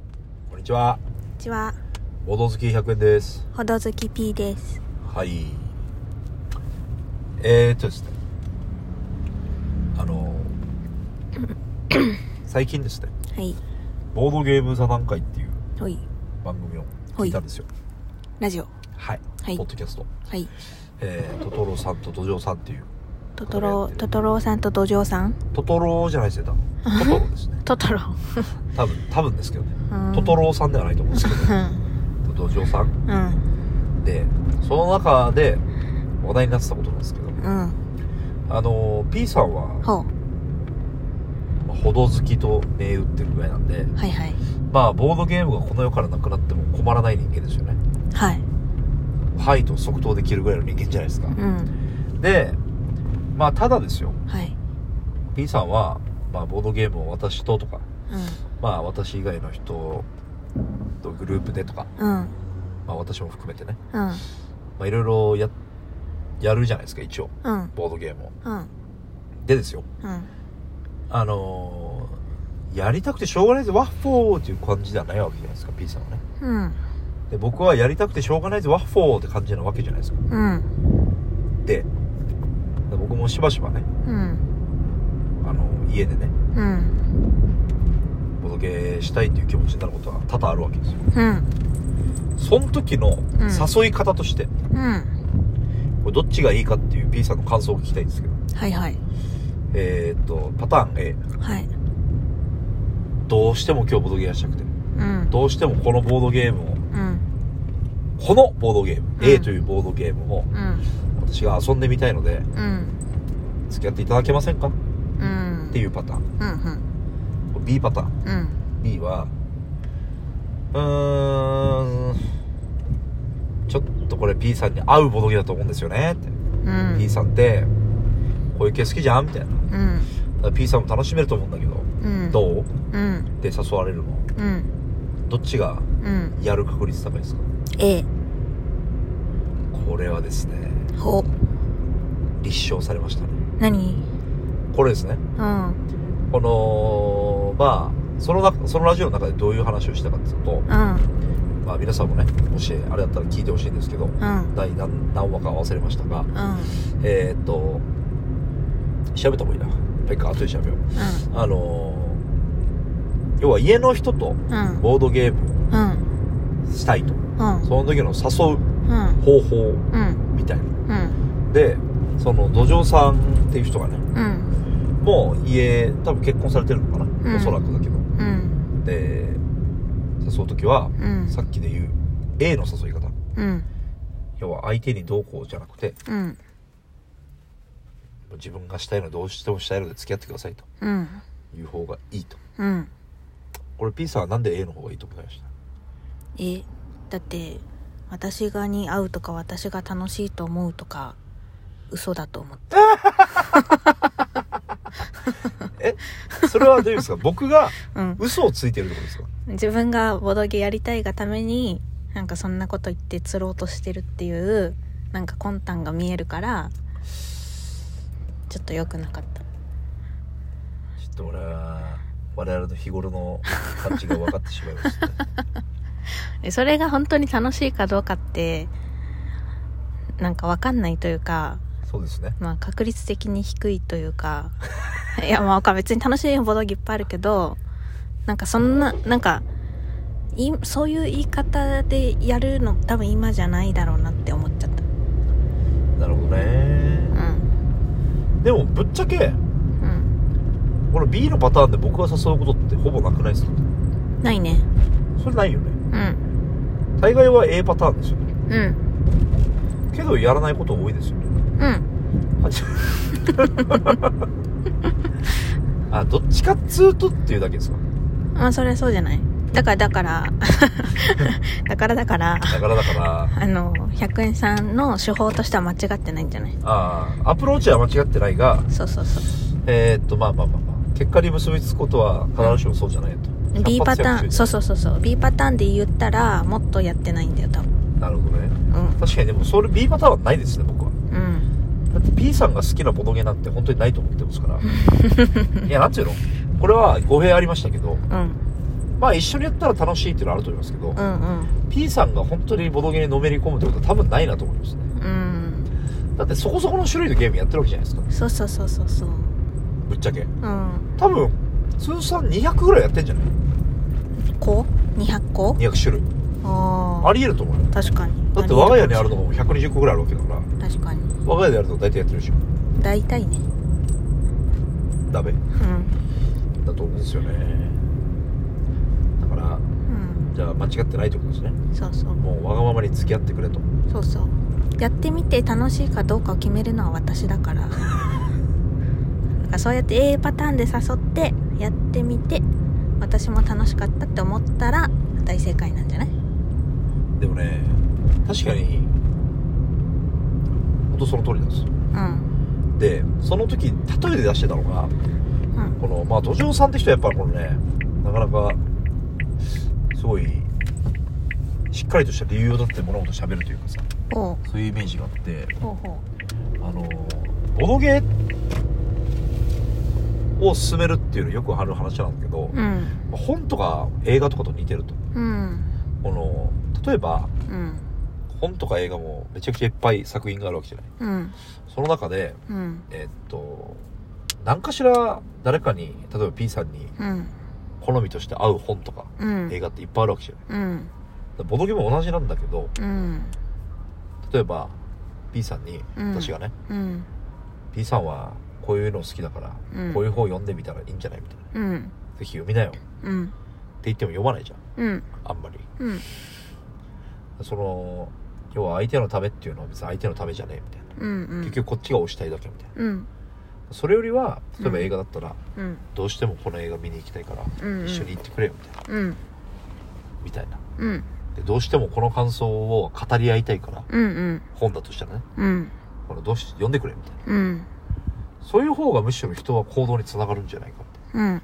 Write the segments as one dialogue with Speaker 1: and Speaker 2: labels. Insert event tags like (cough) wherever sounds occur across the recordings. Speaker 1: ちは。
Speaker 2: こんにちは、
Speaker 1: ボド好き100円です。
Speaker 2: ほどずき P です。
Speaker 1: はい。えーっとですね。あ
Speaker 2: (coughs)
Speaker 1: の、最近ですね、
Speaker 2: はい、
Speaker 1: ボードゲーム座談会っていう
Speaker 2: ほい、
Speaker 1: 番組を聞いたんですよ。
Speaker 2: ラジオ、
Speaker 1: はい。
Speaker 2: はい
Speaker 1: ポッドキャスト。
Speaker 2: はい、
Speaker 1: えー、トトロさんとドジョウさんっていう。
Speaker 2: トトロ、トトロさんとドジョウさん、
Speaker 1: トトロじゃないですね、多分。
Speaker 2: (laughs)
Speaker 1: トトロですね。
Speaker 2: トトロ、
Speaker 1: 多分、多分ですけどね。
Speaker 2: うん
Speaker 1: トトロさんではないと思うんですけ
Speaker 2: うん、
Speaker 1: ど、ドジョウさん
Speaker 2: うん、
Speaker 1: で、その中で話題になってたことなんですけど、
Speaker 2: うん、
Speaker 1: あの、P さんは、
Speaker 2: ほ
Speaker 1: まあほど好きと銘打ってるぐらいなんで、
Speaker 2: う、はいはい、
Speaker 1: まあ、ボードゲームがこの世からなくなっても困らない人間ですよね。
Speaker 2: はい、
Speaker 1: はいと即答できるぐらいの人間じゃないです
Speaker 2: (laughs)
Speaker 1: か。
Speaker 2: うん、
Speaker 1: で、まあ、ただですよ、
Speaker 2: はい、
Speaker 1: P さんは、まあ、ボードゲームを私ととか、
Speaker 2: う
Speaker 1: まあ、私以外の人とグループでとか、
Speaker 2: ん、うん、
Speaker 1: まあ、私も含めてね、
Speaker 2: うん、
Speaker 1: まあ、いろいろや、やるじゃないですか、一応、
Speaker 2: うん、
Speaker 1: ボードゲームを。
Speaker 2: うん、
Speaker 1: でですよ、
Speaker 2: うん、
Speaker 1: あのーやりたくてしょうがないぜ、ワッフォーっていう感じではないわけじゃないですか、P さんはね。
Speaker 2: うん、
Speaker 1: で僕はやりたくてしょうがないぜワッフォーって感じなわけじゃないですか
Speaker 2: うん、
Speaker 1: でで僕もしばしばね
Speaker 2: うん、
Speaker 1: あの家でね
Speaker 2: うん、
Speaker 1: ボドゲしたいっていう気持ちになることは多々あるわけですよ
Speaker 2: うん、
Speaker 1: その時の誘い方として、
Speaker 2: うん、
Speaker 1: これどっちがいいかっていう P さんの感想を聞きたいんですけど
Speaker 2: はいはい、
Speaker 1: えー、っとパターン A
Speaker 2: はい、
Speaker 1: どうしても今日ボドゲやしたくて
Speaker 2: うん、
Speaker 1: どうしてもこのボードゲームを
Speaker 2: うん、
Speaker 1: このボードゲーム、
Speaker 2: うん
Speaker 1: A というボードゲームを
Speaker 2: うん、
Speaker 1: 私が遊んでみたいので
Speaker 2: うん、
Speaker 1: 付き合っていただけませんかっ
Speaker 2: うん、
Speaker 1: ていうパターン
Speaker 2: うん、うん、
Speaker 1: B パターン
Speaker 2: うん、うん、
Speaker 1: B はうーんちょっとこれ P さんに合うボドゲだと思うんですよねって、
Speaker 2: うん、
Speaker 1: P さんってこういう系好きじゃんみたいな
Speaker 2: うん、
Speaker 1: ただ P さんも楽しめると思うんだけど、
Speaker 2: うん、
Speaker 1: どうっ
Speaker 2: うん、
Speaker 1: て誘われるの
Speaker 2: うん、
Speaker 1: どっちが
Speaker 2: うん。
Speaker 1: やる確率高いですか
Speaker 2: A
Speaker 1: これはですね
Speaker 2: ほ
Speaker 1: 立証されましたね
Speaker 2: 何
Speaker 1: これですね
Speaker 2: うん
Speaker 1: このまあその中そのラジオの中でどういう話をしたかっていうと、
Speaker 2: うん
Speaker 1: まあ、皆さんもねもしあれだったら聞いてほしいんですけど
Speaker 2: うん
Speaker 1: 第何何話か忘れましたが
Speaker 2: うん
Speaker 1: えーっと、調べた方がいいな。ペッカ、後で調べよう。あのー要は家の人と
Speaker 2: うん
Speaker 1: ボードゲーム
Speaker 2: うん
Speaker 1: をしたいと。
Speaker 2: うん
Speaker 1: その時の誘う
Speaker 2: うん
Speaker 1: 方法
Speaker 2: うん
Speaker 1: みたいな。
Speaker 2: うん
Speaker 1: で、その土壌さんっていう人がね、
Speaker 2: うん
Speaker 1: もう家、多分結婚されてるのかな、
Speaker 2: うん
Speaker 1: おそらくだけど。
Speaker 2: うん
Speaker 1: で、誘う時は、
Speaker 2: うん
Speaker 1: さっきで言う A の誘い方。
Speaker 2: うん
Speaker 1: 要は相手にどうこうじゃなくて、
Speaker 2: うん
Speaker 1: 自分がしたいのどうしてもしたいので付き合ってくださいと
Speaker 2: うん
Speaker 1: いう方がいいと。
Speaker 2: うん
Speaker 1: これ P さんはなんで A の方がいいと思いました
Speaker 2: えだって私がに会うとか私が楽しいと思うとか嘘だと思った
Speaker 1: (laughs) それはどういう意味ですか僕が
Speaker 2: うん
Speaker 1: 嘘をついてるってことですか
Speaker 2: 自分がボドゲやりたいがためになんかそんなこと言って釣ろうとしてるっていうなんか魂胆が見えるからちょっと良くなかった
Speaker 1: ちょっと俺は我々の日頃の感じが分かってしまいましたね (laughs)
Speaker 2: えそれが本当に楽しいかどうかってなんかわかんないというか、
Speaker 1: そうですね
Speaker 2: まあ、確率的に低いという (laughs) かいやまあわかん別に楽しいボドゲいっぱいあるけどなんかそんななんかいそういう言い方でやるの多分今じゃないだろうなって思っちゃった
Speaker 1: なるほどね
Speaker 2: うん
Speaker 1: でもぶっちゃけ
Speaker 2: うん
Speaker 1: この B のパターンで僕が誘うことってほぼなくないですか
Speaker 2: ないね
Speaker 1: それないよね
Speaker 2: うん
Speaker 1: 大概は A パターンですよね
Speaker 2: うん
Speaker 1: けどやらないこと多いですよね (laughs)
Speaker 2: うん
Speaker 1: あちあどっちかっつうとっていうだけですか
Speaker 2: まあそれはそうじゃないだからだから (laughs) だからだから
Speaker 1: だからだから
Speaker 2: あの100円さんの手法としては間違ってないんじゃない
Speaker 1: ああアプローチは間違ってないが
Speaker 2: そうそうそう
Speaker 1: えー、っとまあまあまあまあ結果に結びつくことは必ずしもそうじゃないよと、
Speaker 2: B パターンそううそうそうそう B パターンで言ったらもっとやってないんだよ多分
Speaker 1: なるほどね
Speaker 2: うん
Speaker 1: 確かにでもそれ B パターンはないですね僕は
Speaker 2: うん
Speaker 1: だって P さんが好きなボドゲなんて本当に
Speaker 2: (laughs)
Speaker 1: ないと思ってますからいやなんていうのこれは語弊ありましたけど
Speaker 2: うん
Speaker 1: まあ一緒にやったら楽しいっていうのはあると思いますけど、
Speaker 2: うん。
Speaker 1: P さんが本当にボドゲにのめり込むってことは多分ないなと思いますね
Speaker 2: うん。
Speaker 1: だってそこそこの種類のゲームやってるわけじゃないですか
Speaker 2: そうそうそうそうそう。
Speaker 1: ぶっちゃけ
Speaker 2: うん。
Speaker 1: 多分通算200ぐらいやってんじゃない
Speaker 2: こう ?200 個
Speaker 1: 200種類
Speaker 2: ああ。
Speaker 1: ありえると思うよ
Speaker 2: 確かに。
Speaker 1: だって我が家にあるのがもう120個ぐらいあるわけだから
Speaker 2: 確かに。
Speaker 1: 我が家でやると大体やってるでしょ
Speaker 2: 大体ね。
Speaker 1: ダメ
Speaker 2: うん。
Speaker 1: だと思うんですよねだから
Speaker 2: うん。
Speaker 1: じゃあ間違ってないってことですね
Speaker 2: そうそう。
Speaker 1: もうわがままに付き合ってくれと
Speaker 2: そうそう。やってみて楽しいかどうかを決めるのは私
Speaker 1: (laughs)
Speaker 2: だから。なんかそうやって A パターンで誘って、やってみて、私も楽しかったって思ったら、大正解なんじゃない
Speaker 1: でもね確かに本当その通りなんですよ
Speaker 2: うん。
Speaker 1: でその時例えで出してたのが
Speaker 2: う
Speaker 1: こ
Speaker 2: ん。
Speaker 1: のまあ土壌さんって人はやっぱりこのねなかなかすごいしっかりとした理由を立てて物事喋るというかさ
Speaker 2: ほう。
Speaker 1: そういうイメージがあって
Speaker 2: ほうほ
Speaker 1: あのボドゲを進めるっていうのよくある話なんだけど
Speaker 2: う。、うん。
Speaker 1: まあ本とか映画とかと似てると
Speaker 2: うん。
Speaker 1: この例えば
Speaker 2: うん。
Speaker 1: 本とか映画もめちゃくちゃいっぱい作品があるわけじゃない
Speaker 2: うん。
Speaker 1: その中で
Speaker 2: うん。
Speaker 1: えっと何かしら誰かに例えば P さんに
Speaker 2: うん。
Speaker 1: 好みとして合う本とか
Speaker 2: うん。
Speaker 1: 映画っていっぱいあるわけじゃない
Speaker 2: うん。
Speaker 1: だからボドゲも同じなんだけど
Speaker 2: うん。
Speaker 1: 例えば P さんに
Speaker 2: うん
Speaker 1: 私がね、
Speaker 2: うん。
Speaker 1: P さんはこういうの好きだから、
Speaker 2: うん
Speaker 1: こういう本読んでみたらいいんじゃないみたいな
Speaker 2: うん。
Speaker 1: ぜひ読みなよって
Speaker 2: うん。
Speaker 1: 言っても読まないじゃん
Speaker 2: うん。
Speaker 1: あんまり
Speaker 2: うん。
Speaker 1: その要は相手のためっていうのは別に相手のためじゃねえみたいな
Speaker 2: うん。うん。
Speaker 1: 結局こっちが推したいだけみたいな
Speaker 2: うん。
Speaker 1: それよりは例えば映画だったら、
Speaker 2: うん。
Speaker 1: どうしてもこの映画見に行きたいから、
Speaker 2: うん。
Speaker 1: 一緒に。行ってくれよみたいな
Speaker 2: うん。
Speaker 1: みたいな
Speaker 2: うん。
Speaker 1: でどうしてもこの感想を語り合いたいから
Speaker 2: うん。
Speaker 1: 本だとしたらね
Speaker 2: うん。
Speaker 1: このどうし読んでくれみたいな
Speaker 2: うん。
Speaker 1: そういう方がむしろ人は行動につながるんじゃないかって
Speaker 2: うん。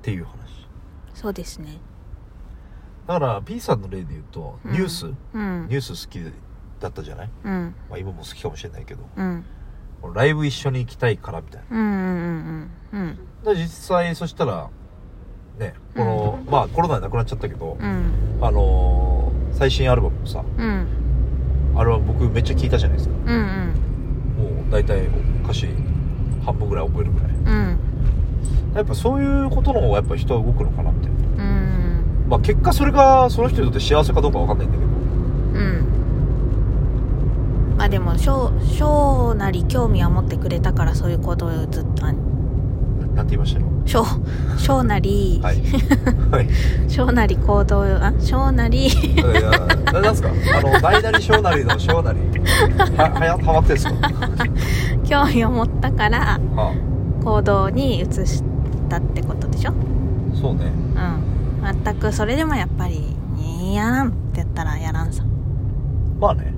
Speaker 1: っていう話
Speaker 2: そうですね。
Speaker 1: だから P さんの例で言うと
Speaker 2: うん
Speaker 1: ニュース、
Speaker 2: うん
Speaker 1: ニ。ュース好きだったじゃない、
Speaker 2: うん。
Speaker 1: まあ、今も好きかもしれないけど
Speaker 2: うん。
Speaker 1: このライブ一緒に行きたいからみたい
Speaker 2: うん。うん。うん。
Speaker 1: なで実際そしたらねこの、まあコロナでなくなっちゃったけど、
Speaker 2: うん。
Speaker 1: あのー最新アルバムもさ
Speaker 2: うん。
Speaker 1: あれは僕めっちゃ聞いたじゃないですか
Speaker 2: うん。うん。
Speaker 1: もう大体歌詞半分ぐらい覚えるぐらい
Speaker 2: うん。
Speaker 1: やっぱそういうことの方がやっぱ人は動くのかなって
Speaker 2: うん。
Speaker 1: まあ結果それがその人にとって幸せかどうかわかんないんだけど
Speaker 2: うん。まあでも、小、小なり興味は持ってくれたから、そういうことをずっと、
Speaker 1: ななんて言いましたよ
Speaker 2: 小、小なり、 (laughs)
Speaker 1: はいはい
Speaker 2: 小なり行動あ小なり
Speaker 1: いやいやななんすかあの大なり小なりの小なりははやはまってんすか
Speaker 2: 興味を持ったから
Speaker 1: あ
Speaker 2: 行動に移したってことでしょ
Speaker 1: そうね
Speaker 2: うん全くそれでもやっぱり「やらん」って言ったらやらんさ
Speaker 1: まあね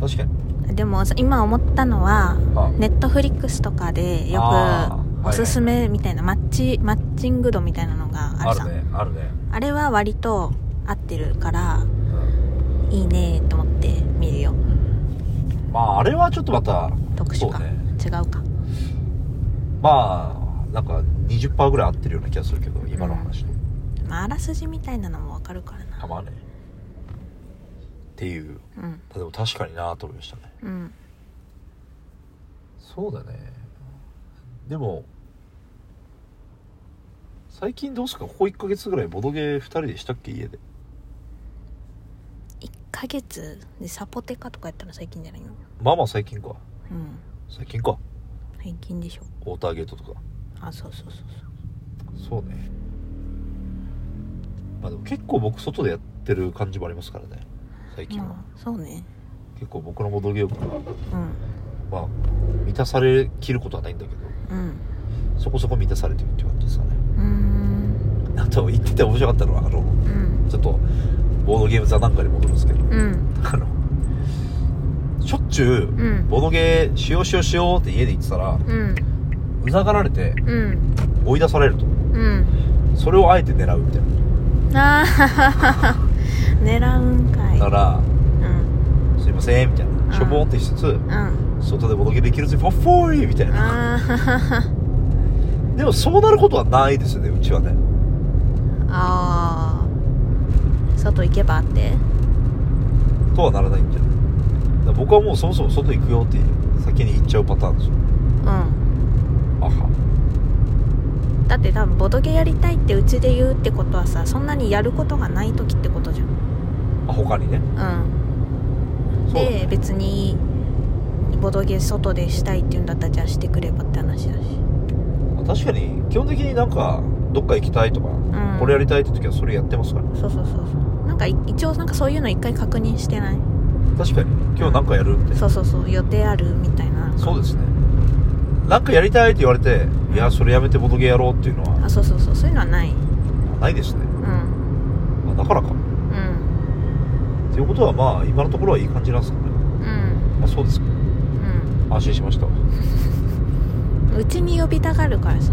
Speaker 1: 確かに
Speaker 2: でも今思ったのは
Speaker 1: あ
Speaker 2: ネットフリックスとかでよ
Speaker 1: あー
Speaker 2: くおすすめみたいなマッチマッチング度みたいなのがあ
Speaker 1: あ
Speaker 2: るさ
Speaker 1: るねあるね、
Speaker 2: あれは割と合ってるから
Speaker 1: うん
Speaker 2: いいねと思って見るよ
Speaker 1: まああれはちょっとまた
Speaker 2: 特殊か、
Speaker 1: そうね
Speaker 2: 違うか
Speaker 1: まあなんか20%ぐらい合ってるような気がするけど今の話と、
Speaker 2: まああらすじみたいなのもわかるからな
Speaker 1: たまあねっていう
Speaker 2: うん
Speaker 1: でも確かになと思いましたね
Speaker 2: うん
Speaker 1: そうだねでも最近どうすかここ1ヶ月ぐらいボドゲ2人でしたっけ家で
Speaker 2: 1ヶ月でサポテカとかやったの最近じゃないの
Speaker 1: まあまあ最近か
Speaker 2: うん
Speaker 1: 最近か
Speaker 2: 最近でしょ
Speaker 1: ウォーターゲートとか
Speaker 2: あそうそうそう
Speaker 1: そうねまあでも結構僕外でやってる感じもありますからね最
Speaker 2: そう
Speaker 1: 近は、
Speaker 2: まあそうね
Speaker 1: 結構僕のボドゲ欲が
Speaker 2: うん
Speaker 1: まあ満たされきることはないんだけど
Speaker 2: うん
Speaker 1: そこそこ満たされてるっていう感じですかね
Speaker 2: うーん
Speaker 1: あと言ってて面白かったのはあの
Speaker 2: うん
Speaker 1: ちょっとボードゲーム座なんかに戻るんですけど
Speaker 2: うん
Speaker 1: あのしょっちゅう
Speaker 2: うん
Speaker 1: ボドゲーしようしようしようって家で言ってたら
Speaker 2: うん
Speaker 1: うざがられて
Speaker 2: うん
Speaker 1: 追い出されると
Speaker 2: うん
Speaker 1: それをあえて狙うみたい
Speaker 2: ああ (laughs) 狙うんかい
Speaker 1: なだか
Speaker 2: うん
Speaker 1: ら「すいません」みたい
Speaker 2: ん
Speaker 1: なしょぼーってしつつ
Speaker 2: うん
Speaker 1: 外でボドゲーできるぜフォッフォーイみたいな
Speaker 2: ああ
Speaker 1: でもそうなることはないですよねうちはね
Speaker 2: 行けばあって
Speaker 1: とはならないんじゃないだから僕はもうそもそも外行くよって先に行っちゃうパターンでしょ
Speaker 2: うん
Speaker 1: あは
Speaker 2: だって多分ボドゲやりたいってうちで言うってことはさそんなにやることがない時ってことじゃ
Speaker 1: あ他にね
Speaker 2: んうん
Speaker 1: そうだね
Speaker 2: で別にボドゲ外でしたいって言うんだったらじゃあしてくればって話だし、
Speaker 1: 確かに基本的になんかどっか行きたいとか、
Speaker 2: うん、
Speaker 1: これやりたいって時はそれやってますから
Speaker 2: そうそうそうそうなんかい一応なんかそういうの一回確認してない
Speaker 1: 確かに今日なんかやるみたいな
Speaker 2: そうそうそう予定あるみたいな
Speaker 1: そうですねなんかやりたいって言われていやそれやめてボトゲやろうっていうのは
Speaker 2: あそうそうそうそういうのはない
Speaker 1: ないですね
Speaker 2: うん
Speaker 1: あだからか
Speaker 2: うん
Speaker 1: っていうことはまあ今のところはいい感じなんですかね
Speaker 2: うん
Speaker 1: あそうですか
Speaker 2: う
Speaker 1: 安心しました
Speaker 2: (laughs) んうちに呼びたがるからさ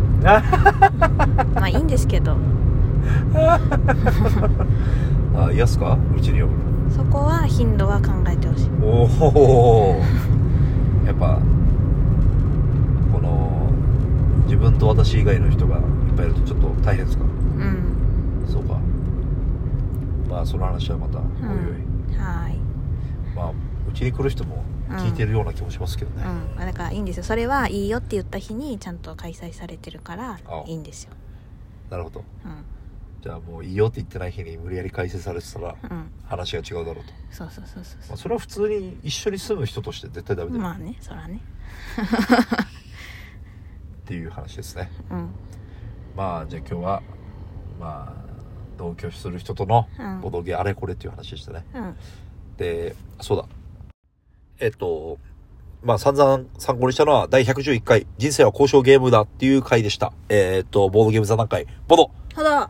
Speaker 2: まあいいんですけど
Speaker 1: あ癒すかうちに呼ぶ
Speaker 2: そこは頻度は考えてほしい
Speaker 1: おおやっぱこの自分と私以外の人がいっぱいいるとちょっと大変ですか
Speaker 2: うん
Speaker 1: そうかまあその話はまたおいおい、
Speaker 2: はーい
Speaker 1: まあうちに来る人も聞いてるような気もしますけど
Speaker 2: う
Speaker 1: ね、
Speaker 2: んだからいいんですよそれはいいよって言った日にちゃんと開催されてるから
Speaker 1: あ
Speaker 2: いいんですよ
Speaker 1: なるほど
Speaker 2: うん
Speaker 1: じゃあもういいよって言ってない日に無理やり改正されてたら
Speaker 2: うん
Speaker 1: 話が違うだろうと、
Speaker 2: そうそうそうそう
Speaker 1: ま
Speaker 2: そ
Speaker 1: あ、それは普通に一緒に住む人として絶対ダメ
Speaker 2: う
Speaker 1: だよ
Speaker 2: まあねそら
Speaker 1: っ
Speaker 2: ね
Speaker 1: ていう話ですね
Speaker 2: うん
Speaker 1: まあじゃあ今日はまあ同居する人との
Speaker 2: うん
Speaker 1: ボドゲあれこれっていう話でしたね、
Speaker 2: うん
Speaker 1: でそうだえっとまあ散々参考にしたのは第111回人生は交渉ゲームだっていう回でしたえっとボードゲーム座談会ボド
Speaker 2: ほどバイバイ